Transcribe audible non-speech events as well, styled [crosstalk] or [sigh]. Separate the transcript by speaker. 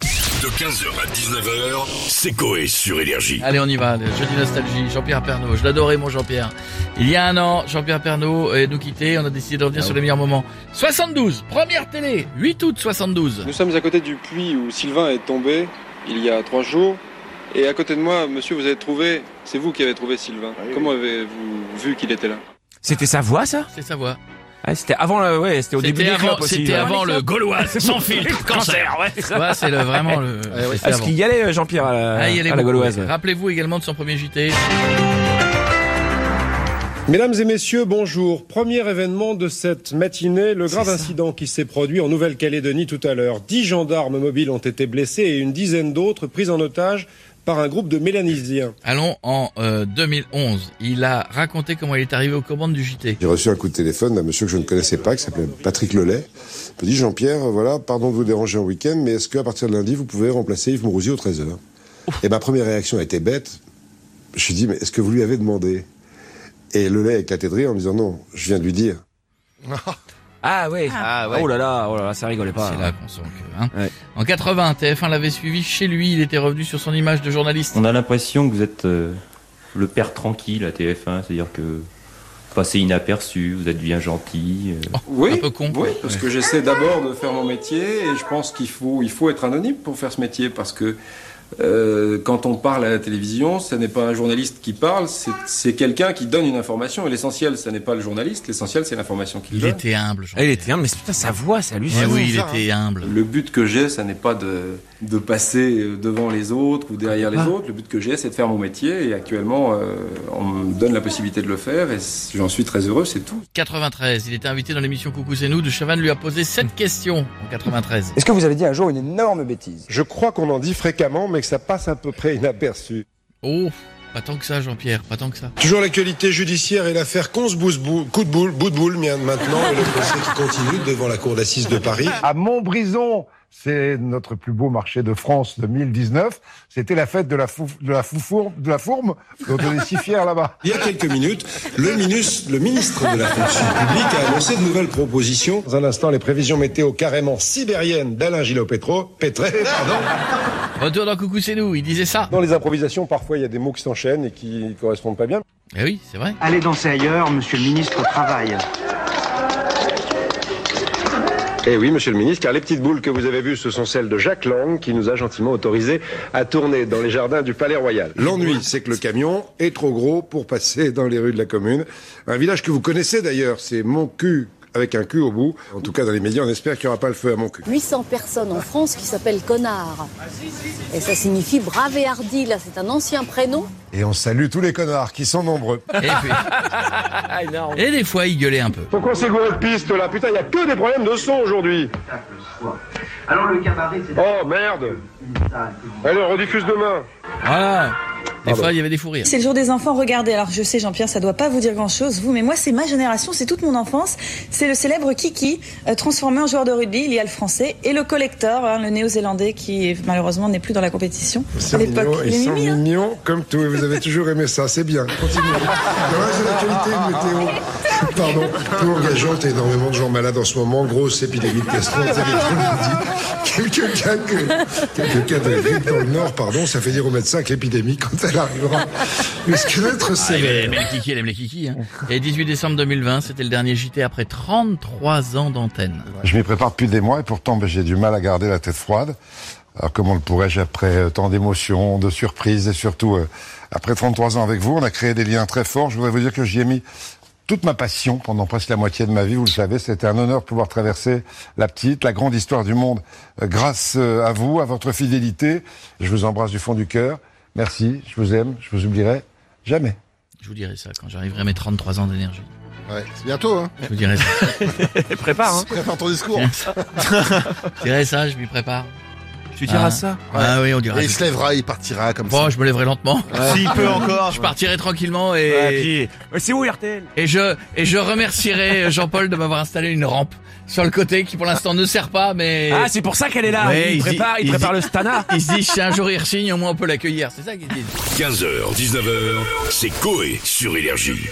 Speaker 1: De 15h à 19h, c'est Coé sur Énergie.
Speaker 2: Allez, on y va. le Jeudi nostalgie. Jean-Pierre Pernaud. Je l'adorais, mon Jean-Pierre. Il y a un an, Jean-Pierre Pernaud euh, nous quittait. On a décidé de
Speaker 3: Ah
Speaker 2: revenir sur les meilleurs moments. 72. Première télé. 8 août 72.
Speaker 4: Nous sommes à côté du puits où Sylvain est tombé il y a trois jours. Et à côté de moi, monsieur, vous avez trouvé, c'est vous qui avez trouvé Sylvain. Comment avez-vous vu qu'il était là
Speaker 3: C'était sa voix, ça
Speaker 2: C'est sa voix.
Speaker 3: ah, C'était avant, le- ouais, c'était au début
Speaker 2: C'était
Speaker 3: des
Speaker 2: avant,
Speaker 3: clopes aussi. Ah
Speaker 2: c'était
Speaker 3: ouais.
Speaker 2: avant
Speaker 3: [laughs]
Speaker 2: le Gaulois sans filtre [laughs] cancer.
Speaker 3: ouais. c'est ça. Ah
Speaker 2: Ouais, c'est le, vraiment le. c'était
Speaker 3: Est-ce
Speaker 2: avant.
Speaker 3: qu'il y allait euh, Jean-Pierre à la,
Speaker 2: Ah, il y allait
Speaker 3: à la
Speaker 2: beaucoup,
Speaker 3: Gauloise
Speaker 2: ouais.
Speaker 3: ouais.
Speaker 2: Rappelez-vous également de son premier JT.
Speaker 5: Mesdames et messieurs, bonjour. Premier événement de cette matinée, le grave
Speaker 3: ça.
Speaker 5: incident qui s'est produit en Nouvelle-Calédonie tout à l'heure. Dix gendarmes mobiles ont été blessés et une dizaine d'autres pris en otage par un groupe de Mélanésiens.
Speaker 2: Allons en euh, 2011. Il a raconté comment il est arrivé aux commandes du JT.
Speaker 6: J'ai reçu un coup de téléphone d'un monsieur que je ne connaissais pas, qui s'appelait Patrick Lelay. Il me dit Jean-Pierre, euh, voilà, pardon de vous déranger en week-end, mais est-ce qu'à partir de lundi, vous pouvez remplacer Yves Mourouzi au 13h Et ma première réaction a été bête. Je me suis dit, mais est-ce que vous lui avez demandé Et Lelay a éclaté de rire en me disant non, je viens de lui dire.
Speaker 3: Ah ouais.
Speaker 2: Ah, ouais.
Speaker 3: Oh là là, oh là là, ça rigolait pas.
Speaker 2: C'est là qu'on sent que. hein.
Speaker 3: Ouais.
Speaker 2: En 80, TF1 l'avait suivi chez lui. Il était revenu sur son image de journaliste.
Speaker 7: On a l'impression que vous êtes euh, le père tranquille à TF1, c'est-à-dire que vous passez inaperçu, vous êtes bien gentil. euh,
Speaker 4: Oui,
Speaker 2: Un peu con,
Speaker 4: oui,
Speaker 2: quoi.
Speaker 4: parce
Speaker 2: Ouais.
Speaker 4: que j'essaie d'abord de faire mon métier et je pense qu'il faut, il faut être anonyme pour faire ce métier parce que euh, quand on parle à la télévision, ce n'est pas un journaliste qui parle, c'est- c'est quelqu'un qui donne une information et l'essentiel, ce n'est pas le journaliste, l'essentiel, c'est l'information qu'il
Speaker 2: Il
Speaker 4: donne.
Speaker 2: était humble. Jean.
Speaker 3: Ah, Il était humble, mais putain, sa voix, c'est
Speaker 2: Eh
Speaker 3: hallucinant.
Speaker 2: oui, il était humble.
Speaker 4: Le but que j'ai, ça n'est pas de, de passer devant les autres ou derrière les
Speaker 2: Ah.
Speaker 4: autres. Le but que j'ai, c'est de faire mon métier. Et actuellement, euh, on me donne la possibilité de le faire. Et c- j'en suis très heureux, c'est tout.
Speaker 2: 93, il était invité dans l'émission Coucou c'est nous de Chavannes lui a posé cette question en 93.
Speaker 8: Est-ce que vous avez dit un jour une énorme bêtise
Speaker 6: Je crois qu'on en dit fréquemment, mais que ça passe à peu près inaperçu.
Speaker 2: Oh, pas tant que ça Jean-Pierre, pas tant que ça.
Speaker 9: Toujours l'actualité judiciaire et l'affaire Conce Bouzbou- coup de boule, bout de boule mien, maintenant et le procès qui continue devant la cour d'assises de Paris.
Speaker 10: À Montbrison, c'est notre plus beau marché de France 2019. C'était la fête de la, fou, de la foufourme- de la fourme, dont on est si fiers là-bas.
Speaker 9: Il y a quelques minutes, le, minus, le ministre de la fonction publique a annoncé de nouvelles propositions.
Speaker 5: Dans un instant, les prévisions météo carrément sibériennes d'Alain Gillot-Pétro, Pétré, pardon.
Speaker 2: Retour dans Coucou c'est nous, il disait ça.
Speaker 5: Dans les improvisations, parfois, il y a des mots qui s'enchaînent et qui correspondent pas bien.
Speaker 2: Eh oui, c'est vrai.
Speaker 8: Allez danser ailleurs, monsieur le ministre travaille.
Speaker 9: Eh oui, monsieur le ministre, car les petites boules que vous avez vues, ce sont celles de Jacques Lang, qui nous a gentiment autorisé à tourner dans les jardins du Palais Royal.
Speaker 6: L'ennui, c'est que le camion est trop gros pour passer dans les rues de la commune. Un village que vous connaissez d'ailleurs, c'est Mon cul avec un cul au bout. En tout cas, dans les médias, on espère qu'il n'y aura pas le feu à Mon cul.
Speaker 11: 800 personnes en France qui s'appellent connard. Et ça signifie brave et hardi. Là, c'est un ancien prénom.
Speaker 6: Et on salue tous les connards qui sont nombreux.
Speaker 2: Et, puis- et des fois il gueulait un peu.
Speaker 5: Pourquoi c'est gouré de piste là Putain, il y a que des problèmes de son aujourd'hui.
Speaker 8: Alors le cabaret, c'est
Speaker 5: Oh merde Allez, on rediffuse demain.
Speaker 2: Voilà. Des fois il y avait des fous rires.
Speaker 11: C'est le jour des enfants. Regardez. Alors, je sais, Jean-Pierre, ça doit pas vous dire grand-chose, vous, mais moi, c'est ma génération, c'est toute mon enfance. C'est le célèbre Kiki, euh, transformé en joueur de rugby. Il y a le français et le collector, hein, le néo-zélandais, qui malheureusement n'est plus dans la compétition.
Speaker 6: C'est mignon,
Speaker 11: Il est
Speaker 6: ils sont
Speaker 11: mimi, hein.
Speaker 6: mignons comme tout. Et vous avez toujours aimé ça, c'est bien.
Speaker 9: [laughs]
Speaker 6: Continuez. Ah,
Speaker 9: Alors là, c'est l'actualité de météo. Pardon, peu engageante, énormément de gens malades en ce moment, grosse épidémie de gastro, vous avez [laughs] quelques cas, que- quelques cas de grippe dans le Nord, pardon, ça fait dire aux médecins que l'épidémie, quand elle arrivera, risque d'être
Speaker 2: Ah, il aime
Speaker 9: sévère.
Speaker 2: les kikis, il aime les kikis. hein. Et 18 décembre 2020, c'était le dernier JT après 33 ans d'antenne.
Speaker 10: Je m'y prépare depuis des mois et pourtant ben, j'ai du mal à garder la tête froide. Alors comment le pourrais-je après euh, tant d'émotions, de surprises et surtout euh, après 33 ans avec vous, on a créé des liens très forts. Je voudrais vous dire que j'y ai mis toute ma passion pendant presque la moitié de ma vie. Vous le savez, c'était un honneur de pouvoir traverser la petite, la grande histoire du monde euh, grâce euh, à vous, à votre fidélité. Je vous embrasse du fond du cœur. Merci, je vous aime, je vous oublierai jamais.
Speaker 2: Je vous dirai ça quand j'arriverai à mes 33 ans d'énergie.
Speaker 9: Ouais, c'est bientôt, hein.
Speaker 2: Je vous dirai ça.
Speaker 3: Prépare, hein.
Speaker 9: Prépare ton discours.
Speaker 2: Je dirai ça, je m'y prépare.
Speaker 3: Tu
Speaker 2: diras
Speaker 3: diras
Speaker 2: Ah.
Speaker 3: ça.
Speaker 2: Ah oui, on dira.
Speaker 9: Et il
Speaker 2: tout.
Speaker 9: se lèvera, il partira comme ça.
Speaker 2: Bon, je me lèverai lentement.
Speaker 3: S'il peut encore.
Speaker 2: Je partirai tranquillement et.
Speaker 3: euh, C'est où RTL
Speaker 2: Et je, et je remercierai Jean-Paul de m'avoir installé une rampe sur le côté qui pour l'instant ne sert pas, mais.
Speaker 3: Ah, c'est pour ça qu'elle est là.
Speaker 2: Ouais,
Speaker 3: il
Speaker 2: il dit-
Speaker 3: prépare, il
Speaker 2: il
Speaker 3: prépare
Speaker 2: dit-
Speaker 3: le stana.
Speaker 2: [laughs] il se dit, si un jour il re-signe, au moins on peut l'accueillir. C'est ça qu'il dit.
Speaker 1: 15h, 19h, c'est Coé sur Énergie.